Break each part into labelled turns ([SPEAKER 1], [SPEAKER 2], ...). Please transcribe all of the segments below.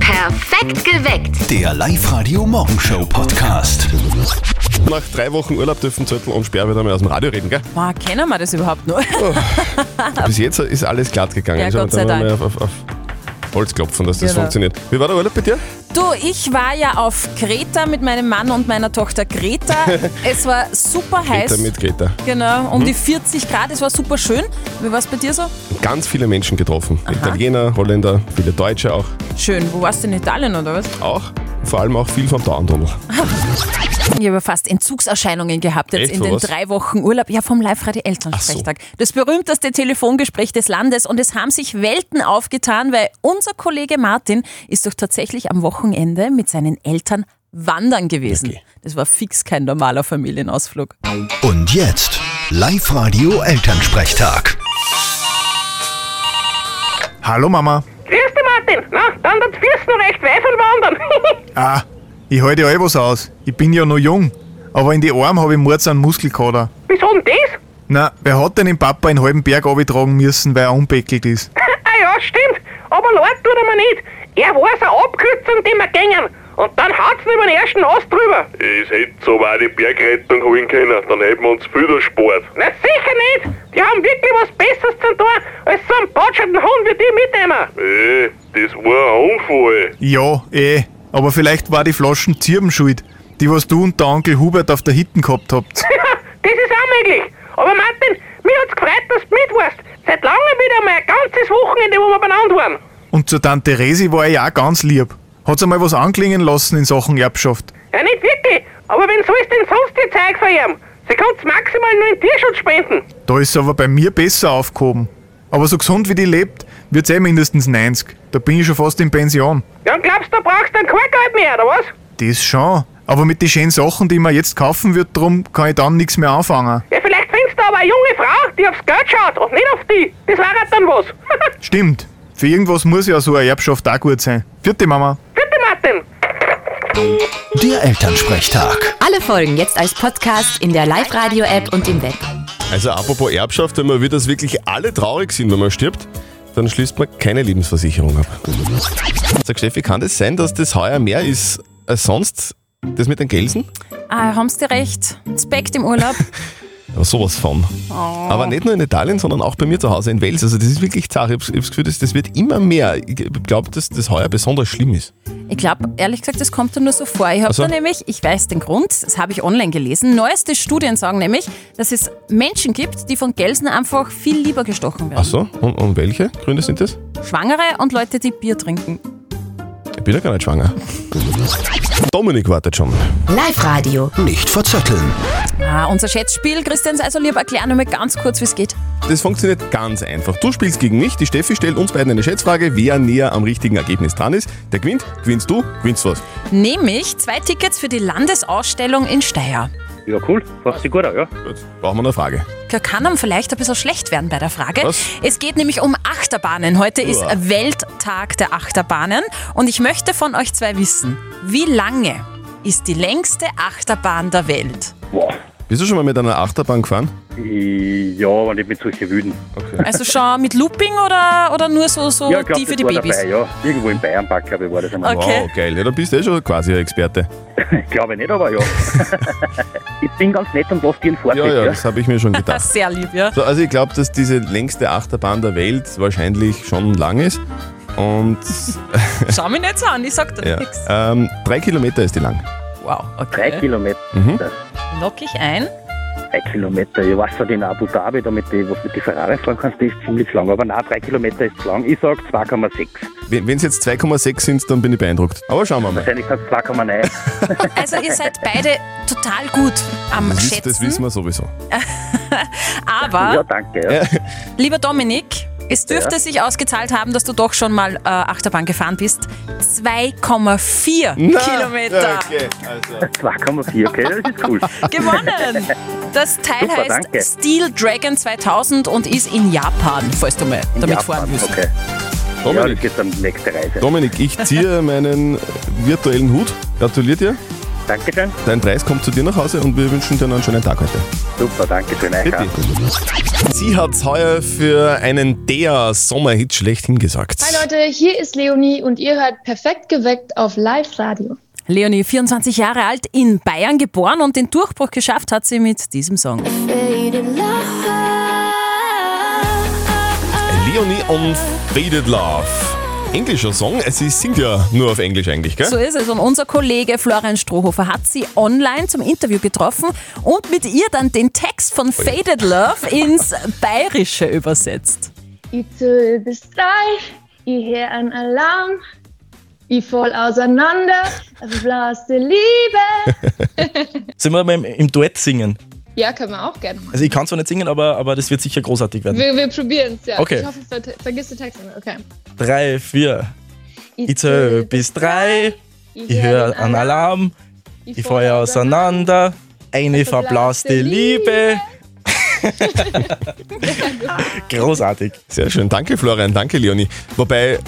[SPEAKER 1] Perfekt geweckt.
[SPEAKER 2] Der Live-Radio Morgenshow Podcast.
[SPEAKER 3] Nach drei Wochen Urlaub dürfen Zettel und Sperr wieder mal aus dem Radio reden, gell?
[SPEAKER 4] Boah, kennen wir das überhaupt noch?
[SPEAKER 3] Bis jetzt ist alles glatt gegangen.
[SPEAKER 4] Ah. Ja,
[SPEAKER 3] Also,
[SPEAKER 4] Gott
[SPEAKER 3] da
[SPEAKER 4] sei
[SPEAKER 3] wollen wir
[SPEAKER 4] Dank.
[SPEAKER 3] Auf, auf, auf Holz klopfen, dass das
[SPEAKER 4] Genau.
[SPEAKER 3] funktioniert. Wie war der Urlaub bei dir?
[SPEAKER 4] Du, ich war ja auf Kreta mit meinem Mann und meiner Tochter Greta. Es war super heiß.
[SPEAKER 3] Greta mit Greta.
[SPEAKER 4] Genau, um die 40 Grad. Es war super schön. Wie war es bei dir so?
[SPEAKER 3] Ganz viele Menschen getroffen. Italiener, Holländer, viele Deutsche auch.
[SPEAKER 4] Schön. Wo warst du in Italien oder was?
[SPEAKER 3] Auch. Vor allem auch viel vom Dauerntunnel.
[SPEAKER 4] Ich habe fast Entzugserscheinungen gehabt jetzt
[SPEAKER 3] Echt,
[SPEAKER 4] in
[SPEAKER 3] von
[SPEAKER 4] den
[SPEAKER 3] was?
[SPEAKER 4] drei Wochen Urlaub. Ja, vom Live-Radio Elternsprechtag. Das berühmteste Telefongespräch des Landes und es haben sich Welten aufgetan, weil unser Kollege Martin ist doch tatsächlich am Wochenende mit seinen Eltern wandern gewesen.
[SPEAKER 3] Okay.
[SPEAKER 4] Das war fix kein normaler Familienausflug.
[SPEAKER 2] Und jetzt Live-Radio Elternsprechtag.
[SPEAKER 5] Hallo Mama.
[SPEAKER 6] Grüß dich, Martin. Na, dann das Fürsten recht weit von wandern.
[SPEAKER 5] Ah, ich halte ja eh was aus. Ich bin ja noch jung. Aber in die Arme habe ich Mords an Muskelkater.
[SPEAKER 6] Wieso denn das?
[SPEAKER 5] Na, wer hat denn den Papa einen halben Berg tragen müssen, weil er unbeckelt ist?
[SPEAKER 6] ah ja, stimmt. Aber Leute tut er mir nicht. Er weiß eine Abkürzung, die wir gängen. Und dann haut's ihn über den ersten Ast drüber.
[SPEAKER 7] Es hätte so weit die Bergrettung holen können, dann hätten wir uns viel erspart.
[SPEAKER 6] Na sicher nicht. Die haben wirklich was Besseres zu tun, als so einen batscherten Hund wie die mitnehmen.
[SPEAKER 7] Äh, das war ein Unfall.
[SPEAKER 5] Ja, eh. Aber vielleicht war die Flaschen Zirben schuld, die was du und der Onkel Hubert auf der Hitten gehabt habt.
[SPEAKER 6] das ist auch möglich. Aber Martin, mir hat's gefreut, dass du mit warst. Seit langem wieder mal ein ganzes Wochenende, wo wir beieinander waren.
[SPEAKER 5] Und zur Tante Resi war er ja auch ganz lieb. Hat's einmal was anklingen lassen in Sachen Erbschaft.
[SPEAKER 6] Ja, nicht wirklich. Aber wen soll's denn sonst die Zeug vererben? Sie kann's maximal nur in Tierschutz spenden.
[SPEAKER 5] Da ist aber bei mir besser aufgehoben. Aber so gesund wie die lebt, wird's eh mindestens 90. Da bin ich schon fast in Pension.
[SPEAKER 6] Dann glaubst du, da brauchst du dann kein Geld mehr, oder was?
[SPEAKER 5] Das schon. Aber mit den schönen Sachen, die man jetzt kaufen wird, drum kann ich dann nichts mehr anfangen.
[SPEAKER 6] Ja, vielleicht findest du aber eine junge Frau, die aufs Geld schaut und nicht auf die. Das wäre dann was.
[SPEAKER 5] Stimmt. Für irgendwas muss ja so eine Erbschaft auch gut sein. Vierte Mama.
[SPEAKER 6] Bitte, Martin.
[SPEAKER 2] Der Elternsprechtag.
[SPEAKER 8] Alle Folgen jetzt als Podcast in der Live-Radio-App und im Web.
[SPEAKER 3] Also apropos Erbschaft, wenn man will, dass wirklich alle traurig sind, wenn man stirbt, dann schließt man keine Lebensversicherung ab. Sag Steffi, kann das sein, dass das heuer mehr ist als sonst? Das mit den Gelsen?
[SPEAKER 4] Ah, haben Sie recht. Spekt im Urlaub.
[SPEAKER 3] Aber sowas von. Aber nicht nur in Italien, sondern auch bei mir zu Hause in Wales. Also das ist wirklich zart. Ich habe das Gefühl, das, das wird immer mehr. Ich glaube, dass das heuer besonders schlimm ist.
[SPEAKER 4] Ich glaube, ehrlich gesagt, das kommt dann nur so vor. Ich habe
[SPEAKER 3] so.
[SPEAKER 4] da nämlich, ich weiß den Grund, das habe ich online gelesen. Neueste Studien sagen nämlich, dass es Menschen gibt, die von Gelsen einfach viel lieber gestochen werden.
[SPEAKER 3] Ach so, und, und welche Gründe sind das?
[SPEAKER 4] Schwangere und Leute, die Bier trinken.
[SPEAKER 3] Ich bin ja gar nicht schwanger. Dominik wartet schon.
[SPEAKER 8] Live-Radio.
[SPEAKER 2] Nicht verzetteln.
[SPEAKER 4] Ah, unser Schätzspiel, Christian Seiserlieb, erklär nochmal ganz kurz, wie es geht.
[SPEAKER 3] Das funktioniert ganz einfach. Du spielst gegen mich, die Steffi stellt uns beiden eine Schätzfrage. Wer näher am richtigen Ergebnis dran ist, der gewinnt. Gewinnst du, gewinnst was.
[SPEAKER 4] Nämlich zwei Tickets für die Landesausstellung in Steyr.
[SPEAKER 9] Ja, cool. Fast die guter, ja.
[SPEAKER 3] Gut, brauchen wir eine Frage.
[SPEAKER 4] Da kann einem vielleicht ein bisschen schlecht werden bei der Frage.
[SPEAKER 3] Was?
[SPEAKER 4] Es geht nämlich um Achterbahnen. Heute ist
[SPEAKER 3] Uah.
[SPEAKER 4] Welttag der Achterbahnen und ich möchte von euch zwei wissen, wie lange ist die längste Achterbahn der Welt?
[SPEAKER 9] Boah.
[SPEAKER 3] Bist du schon mal mit einer Achterbahn gefahren?
[SPEAKER 9] Ja, aber nicht mit solchen Wüden.
[SPEAKER 4] Also schon mit Looping oder, oder nur so, so
[SPEAKER 9] ja, ich
[SPEAKER 4] die
[SPEAKER 9] glaub,
[SPEAKER 4] für
[SPEAKER 9] das
[SPEAKER 4] die
[SPEAKER 9] war
[SPEAKER 4] Babys?
[SPEAKER 9] dabei, ja. Irgendwo im Bayernpark, glaube ich, war das einmal.
[SPEAKER 4] Okay.
[SPEAKER 3] Wow, geil. Ja, da bist du eh schon quasi ein Experte.
[SPEAKER 9] Ich glaube ich nicht, aber ja. ich bin ganz nett und lasse dir einen Vortritt,
[SPEAKER 3] Ja, ja,
[SPEAKER 9] ja.
[SPEAKER 3] das habe ich mir schon
[SPEAKER 4] Das
[SPEAKER 3] gedacht.
[SPEAKER 4] ist Ah, sehr lieb, ja.
[SPEAKER 3] So, also ich glaube, dass diese längste Achterbahn der Welt wahrscheinlich schon lang ist. Und
[SPEAKER 4] Schau mich nicht so an, ich sag dir
[SPEAKER 3] ja,
[SPEAKER 4] nichts.
[SPEAKER 3] ähm, drei Kilometer ist die lang.
[SPEAKER 4] Wow,
[SPEAKER 9] Drei
[SPEAKER 4] okay.
[SPEAKER 9] Kilometer.
[SPEAKER 3] Mhm.
[SPEAKER 4] Lock ich ein.
[SPEAKER 9] Drei Kilometer. Ich weiß halt in Abu Dhabi, damit die, was mit die Ferrari fahren kannst, die ist ziemlich lang. Aber nein, drei Kilometer ist zu lang. Ich sag 2,6.
[SPEAKER 3] Wenn es jetzt 2,6 sind, dann bin ich beeindruckt. Aber schauen wir mal.
[SPEAKER 9] Wahrscheinlich kannst du 2,9.
[SPEAKER 4] Also ihr seid beide total gut am
[SPEAKER 3] Das, ist,
[SPEAKER 4] Schätzen.
[SPEAKER 3] das wissen wir sowieso.
[SPEAKER 4] aber
[SPEAKER 9] ja, danke. Ja.
[SPEAKER 4] Lieber Dominik, es dürfte
[SPEAKER 9] Ja.
[SPEAKER 4] sich ausgezahlt haben, dass du doch schon mal äh, Achterbahn gefahren bist. 2,4 Kilometer
[SPEAKER 3] Okay, also.
[SPEAKER 9] 2,4, okay, das ist cool.
[SPEAKER 4] gewonnen. Das Teil
[SPEAKER 9] Super,
[SPEAKER 4] heißt
[SPEAKER 9] danke.
[SPEAKER 4] Steel Dragon 2000 und ist in Japan, falls du mal damit fahren willst.
[SPEAKER 9] Okay. Ja, das
[SPEAKER 3] Dominik,
[SPEAKER 9] geht dann nächste Reise.
[SPEAKER 3] Dominik, ich ziehe meinen virtuellen Hut. Gratuliert dir.
[SPEAKER 9] Dankeschön.
[SPEAKER 3] Dein Preis kommt zu dir nach Hause und wir wünschen dir noch einen schönen Tag heute.
[SPEAKER 9] Super, Dankeschön. euch auch.
[SPEAKER 3] Bitte. Sie hat's heuer für einen der Sommerhit schlechthin gesagt.
[SPEAKER 1] Hi Leute, hier ist Leonie und ihr hört perfekt geweckt auf Live Radio.
[SPEAKER 4] Leonie, 24 Jahre alt, in Bayern geboren und den Durchbruch geschafft hat sie mit diesem Song.
[SPEAKER 3] Leonie on Faded Love. Englischer Song, sie singt ja nur auf Englisch eigentlich, gell?
[SPEAKER 4] So ist es. Und unser Kollege Florian Strohhofer hat sie online zum Interview getroffen und mit ihr dann den Text von
[SPEAKER 9] Oh
[SPEAKER 4] Faded Love ins Bayerische übersetzt.
[SPEAKER 1] Ich zähl bis drei, ich hör einen Alarm, ich fall auseinander, verblasste Liebe.
[SPEAKER 10] Sollen wir mal im, im Duett singen?
[SPEAKER 1] Ja, können wir auch gerne machen.
[SPEAKER 10] Also ich kann zwar nicht singen, aber, aber das wird sicher großartig werden.
[SPEAKER 1] Wir, wir probieren es, ja.
[SPEAKER 10] Okay.
[SPEAKER 1] Ich hoffe, ich ver vergiss den Text nicht. Okay.
[SPEAKER 10] Drei, vier. Ich zähl bis drei. Ich höre einen Alarm. Ich fall auseinander. Eine verblaste Liebe. Großartig.
[SPEAKER 3] Sehr schön. Danke, Florian. Danke, Leonie. Wobei,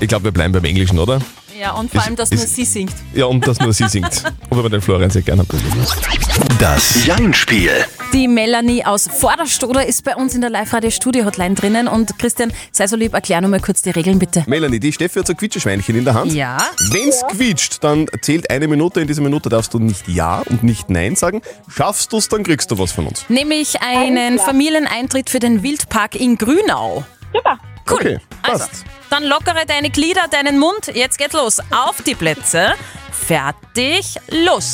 [SPEAKER 3] ich glaube, wir bleiben beim Englischen, oder?
[SPEAKER 4] Ja, und vor
[SPEAKER 3] Ist-
[SPEAKER 4] allem, dass nur
[SPEAKER 3] ist-
[SPEAKER 4] sie singt.
[SPEAKER 3] Ja, und dass nur sie singt. Obwohl wir den Florian sehr gerne haben.
[SPEAKER 2] Das Jein-Spiel.
[SPEAKER 4] Die Melanie aus Vorderstoder ist bei uns in der Live-Radio-Studio-Hotline drinnen. Und Christian, sei so lieb, erklär nur mal kurz die Regeln bitte.
[SPEAKER 3] Melanie, die Steffi hat so ein Quietscheschweinchen in der Hand.
[SPEAKER 4] Ja.
[SPEAKER 3] Wenn's quietscht, dann zählt eine Minute. In dieser Minute darfst du nicht Ja und nicht Nein sagen. Schaffst du's, dann kriegst du was von uns.
[SPEAKER 4] Nämlich einen Familieneintritt für den Wildpark in Grünau.
[SPEAKER 1] Super.
[SPEAKER 4] Cool.
[SPEAKER 3] Okay,
[SPEAKER 4] also,
[SPEAKER 3] passt.
[SPEAKER 4] dann lockere deine Glieder, deinen Mund. Jetzt geht's los. Auf die Plätze. Fertig, los.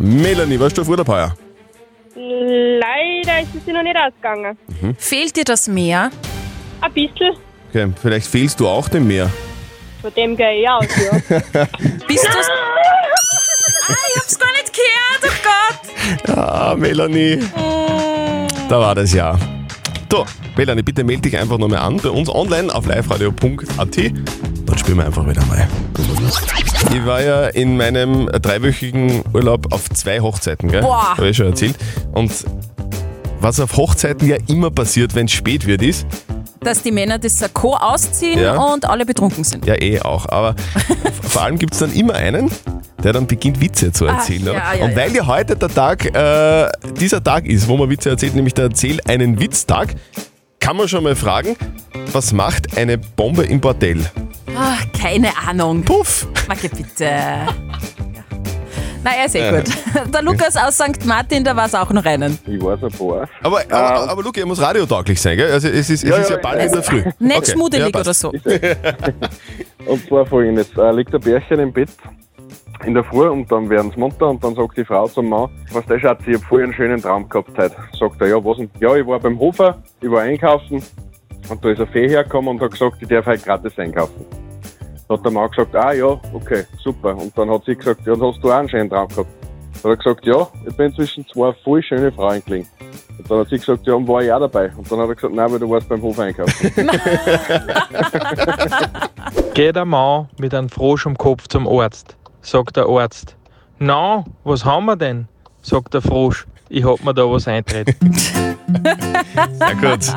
[SPEAKER 3] Melanie, warst du auf Urlaub heuer?
[SPEAKER 1] Leider ist es dir noch nicht ausgegangen.
[SPEAKER 4] Fehlt dir das Meer?
[SPEAKER 1] Ein bisschen,
[SPEAKER 3] Okay, vielleicht fehlst du auch dem Meer.
[SPEAKER 1] von dem gehe ich aus, ja.
[SPEAKER 4] Bist du... Ah, ich hab's gar nicht gehört, oh Gott.
[SPEAKER 3] Ah, Melanie. Da war das ja. So, Melanie, bitte melde dich einfach nochmal an bei uns online auf liveradio.at. Dann spielen wir einfach wieder mal. Ich war ja in meinem dreiwöchigen Urlaub auf zwei Hochzeiten, gell?
[SPEAKER 4] Boah.
[SPEAKER 3] Habe ich schon erzählt. Und was auf Hochzeiten ja immer passiert, wenn es spät wird, ist,
[SPEAKER 4] Dass die Männer das Sakko ausziehen
[SPEAKER 3] Ja.
[SPEAKER 4] und alle betrunken sind.
[SPEAKER 3] ja eh auch, aber vor allem gibt es dann immer einen, der dann beginnt Witze zu erzählen.
[SPEAKER 4] Ah, ja,
[SPEAKER 3] oder?
[SPEAKER 4] ja,
[SPEAKER 3] Und
[SPEAKER 4] ja.
[SPEAKER 3] weil ja heute der Tag, äh, dieser Tag ist, wo man Witze erzählt, nämlich der Erzähl einen Witztag, kann man schon mal fragen, was macht eine Bombe im Bordell?
[SPEAKER 4] Ah, keine Ahnung.
[SPEAKER 3] Puff!
[SPEAKER 4] Macke, bitte. Ja. Na, er ist eh gut. Der Lukas aus St. Martin, da war es auch noch einen.
[SPEAKER 9] Ich weiß ein paar.
[SPEAKER 3] Aber, aber, aber Luki, er muss radiotauglich sein, gell? Also es ist Ähm. ja, es ist ja,
[SPEAKER 9] ja,
[SPEAKER 3] bald in der Früh.
[SPEAKER 4] Nicht
[SPEAKER 3] Okay,
[SPEAKER 4] schmuddelig
[SPEAKER 3] passt.
[SPEAKER 4] oder so.
[SPEAKER 9] Und zwar folgendes: äh, liegt ein Bärchen im Bett in der Früh und dann werden sie munter und dann sagt die Frau zum Mann: Was der Schatz, ich hab voll einen schönen Traum gehabt heute. Sagt er: Ja, was denn? Ja, ich war beim Hofer, ich war einkaufen und da ist eine Fee hergekommen und hat gesagt, ich darf halt gratis einkaufen. Da hat der Mann gesagt: Ah, ja, okay, super. Und dann hat sie gesagt: Ja, und hast du auch einen schönen Traum gehabt? Da hat er gesagt: Ja, ich bin zwischen zwei voll schöne Frauen gelegen. Und dann hat sie gesagt: Ja, und war ich auch dabei? Und dann hat er gesagt: Nein, weil du warst beim Hofer einkaufen.
[SPEAKER 11] Geht ein Mann mit einem Frosch am Kopf zum Arzt, sagt der Arzt. Na, was haben wir denn? sagt der Frosch. Ich hab mir da was eintreten.
[SPEAKER 3] Na gut,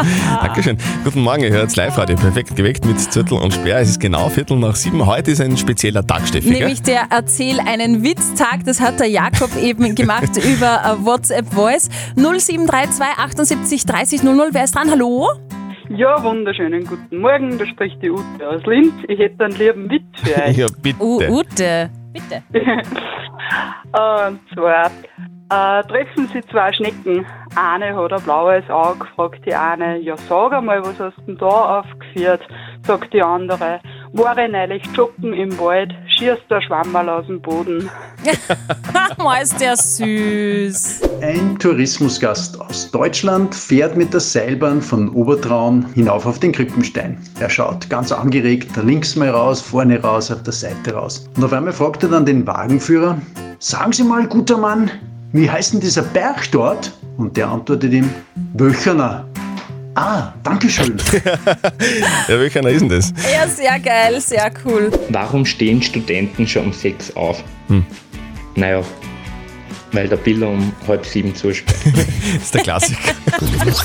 [SPEAKER 3] Dankeschön. Guten Morgen, ihr hört Live-Radio. Perfekt geweckt mit Zürtel und Sperr. Es ist genau Viertel nach sieben. Heute ist ein spezieller Tag, Steffi, gell?
[SPEAKER 4] Nämlich der Erzähl einen Witztag, das hat der Jakob eben gemacht über äh, WhatsApp Voice. 0732 78 30 00, wer ist dran? Hallo?
[SPEAKER 11] Ja, wunderschönen guten Morgen, da spricht die Ute aus Linz. Ich hätte einen lieben Witz für euch.
[SPEAKER 3] Ja, bitte.
[SPEAKER 4] Uh, Ute. Bitte.
[SPEAKER 11] Und zwar äh, Ah, treffen sie zwei Schnecken. Eine hat ein blaues Auge, fragt die eine, ja sag einmal, was hast denn da aufgeführt? Sagt die andere, war ich neulich joggen im Wald, schießt der Schwammerl aus dem Boden.
[SPEAKER 4] Mal ist der süß.
[SPEAKER 11] Ein Tourismusgast aus Deutschland fährt mit der Seilbahn von Obertraun hinauf auf den Krippenstein. Er schaut ganz angeregt links mal raus, vorne raus, auf der Seite raus. Und auf einmal fragt er dann den Wagenführer, sagen Sie mal, guter Mann, wie heißt denn dieser Berg dort? Und der antwortet ihm, Böcherner. Ah, Dankeschön.
[SPEAKER 3] Ja, welcher einer ist denn das?
[SPEAKER 4] Ja, sehr geil, sehr cool.
[SPEAKER 11] Warum stehen Studenten schon um sechs auf? Naja, weil der Biller um halb sieben zusperrt.
[SPEAKER 3] Das ist der Klassiker.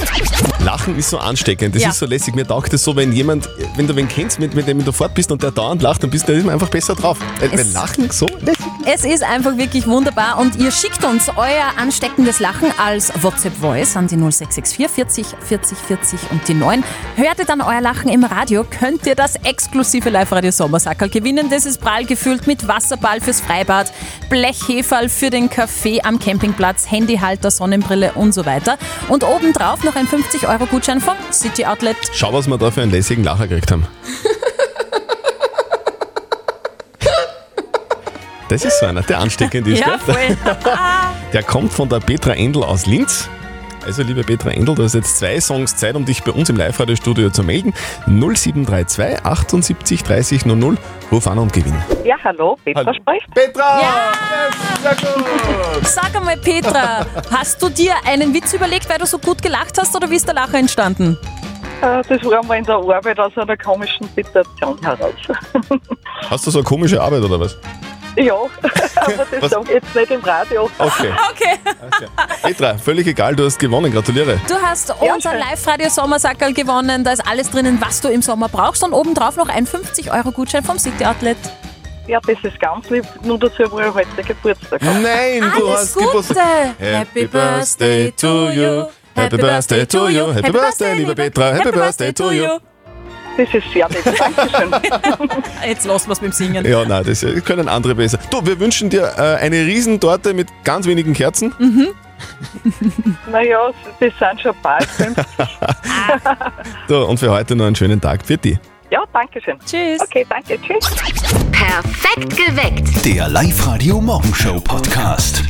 [SPEAKER 3] Lachen ist so ansteckend, das
[SPEAKER 4] Ja.
[SPEAKER 3] ist so lässig. Mir taugt es so, wenn jemand, wenn du wen kennst, mit, mit dem du fort bist und der dauernd lacht, dann bist du dann ist man einfach besser drauf. Weil, weil
[SPEAKER 4] Es-
[SPEAKER 3] Lachen so lässig
[SPEAKER 4] Es ist einfach wirklich wunderbar und ihr schickt uns euer ansteckendes Lachen als WhatsApp-Voice an die 0664 40 40 40 und die 9. Hört ihr dann euer Lachen im Radio, könnt ihr das exklusive Live-Radio Sommersackerl gewinnen. Das ist prall gefüllt mit Wasserball fürs Freibad, Blechheferl für den Kaffee am Campingplatz, Handyhalter, Sonnenbrille und so weiter. Und obendrauf noch ein 50-Euro-Gutschein vom City Outlet.
[SPEAKER 3] Schau, was wir da für einen lässigen Lacher gekriegt haben. Das ist so einer, der ansteckend ist.
[SPEAKER 4] Ja,
[SPEAKER 3] gell? Der kommt von der Petra Endl aus Linz. Also, liebe Petra Endl, du hast jetzt zwei Songs Zeit, um dich bei uns im Live-Radio-Studio zu melden. 0732 78 30 00. Ruf an und gewinn.
[SPEAKER 6] Ja, hallo, Petra
[SPEAKER 3] Hallo.
[SPEAKER 6] spricht.
[SPEAKER 3] Petra!
[SPEAKER 4] Ja!
[SPEAKER 3] Sehr gut!
[SPEAKER 4] Sag einmal, Petra, hast du dir einen Witz überlegt, weil du so gut gelacht hast oder wie ist der Lacher entstanden?
[SPEAKER 6] Äh, Das war mal in der Arbeit aus einer komischen Situation heraus.
[SPEAKER 3] Hast du so eine komische Arbeit oder was?
[SPEAKER 6] ja, aber das
[SPEAKER 3] Was?
[SPEAKER 6] sage ich jetzt nicht im Radio.
[SPEAKER 3] Okay.
[SPEAKER 4] Okay.
[SPEAKER 3] Petra, völlig egal, du hast gewonnen. Gratuliere.
[SPEAKER 4] Du hast unser Live-Radio Sommersackerl gewonnen. Da ist alles drinnen, was du im Sommer brauchst. Und obendrauf noch ein 50-Euro-Gutschein vom City Outlet.
[SPEAKER 6] Ja, das ist ganz lieb. Nur dazu war ich heute Geburtstag.
[SPEAKER 3] Nein,
[SPEAKER 4] du Alles hast Geburtstag. Gute.
[SPEAKER 3] Happy Birthday to you. Happy Birthday to you. Happy Birthday, liebe Petra. Happy Birthday to you.
[SPEAKER 6] Das ist sehr lieb. Dankeschön.
[SPEAKER 4] Jetzt lassen wir es beim Singen.
[SPEAKER 3] Ja, nein, das können andere besser. Du, wir wünschen dir äh, eine Riesentorte mit ganz wenigen Kerzen.
[SPEAKER 4] Mhm.
[SPEAKER 6] naja, das sind schon bald.
[SPEAKER 3] Du, und für heute noch einen schönen Tag. Für dich.
[SPEAKER 6] Ja, Dankeschön.
[SPEAKER 4] Tschüss.
[SPEAKER 6] Okay, danke. Tschüss.
[SPEAKER 8] Perfekt geweckt.
[SPEAKER 11] Der Live-Radio Morgenshow Podcast.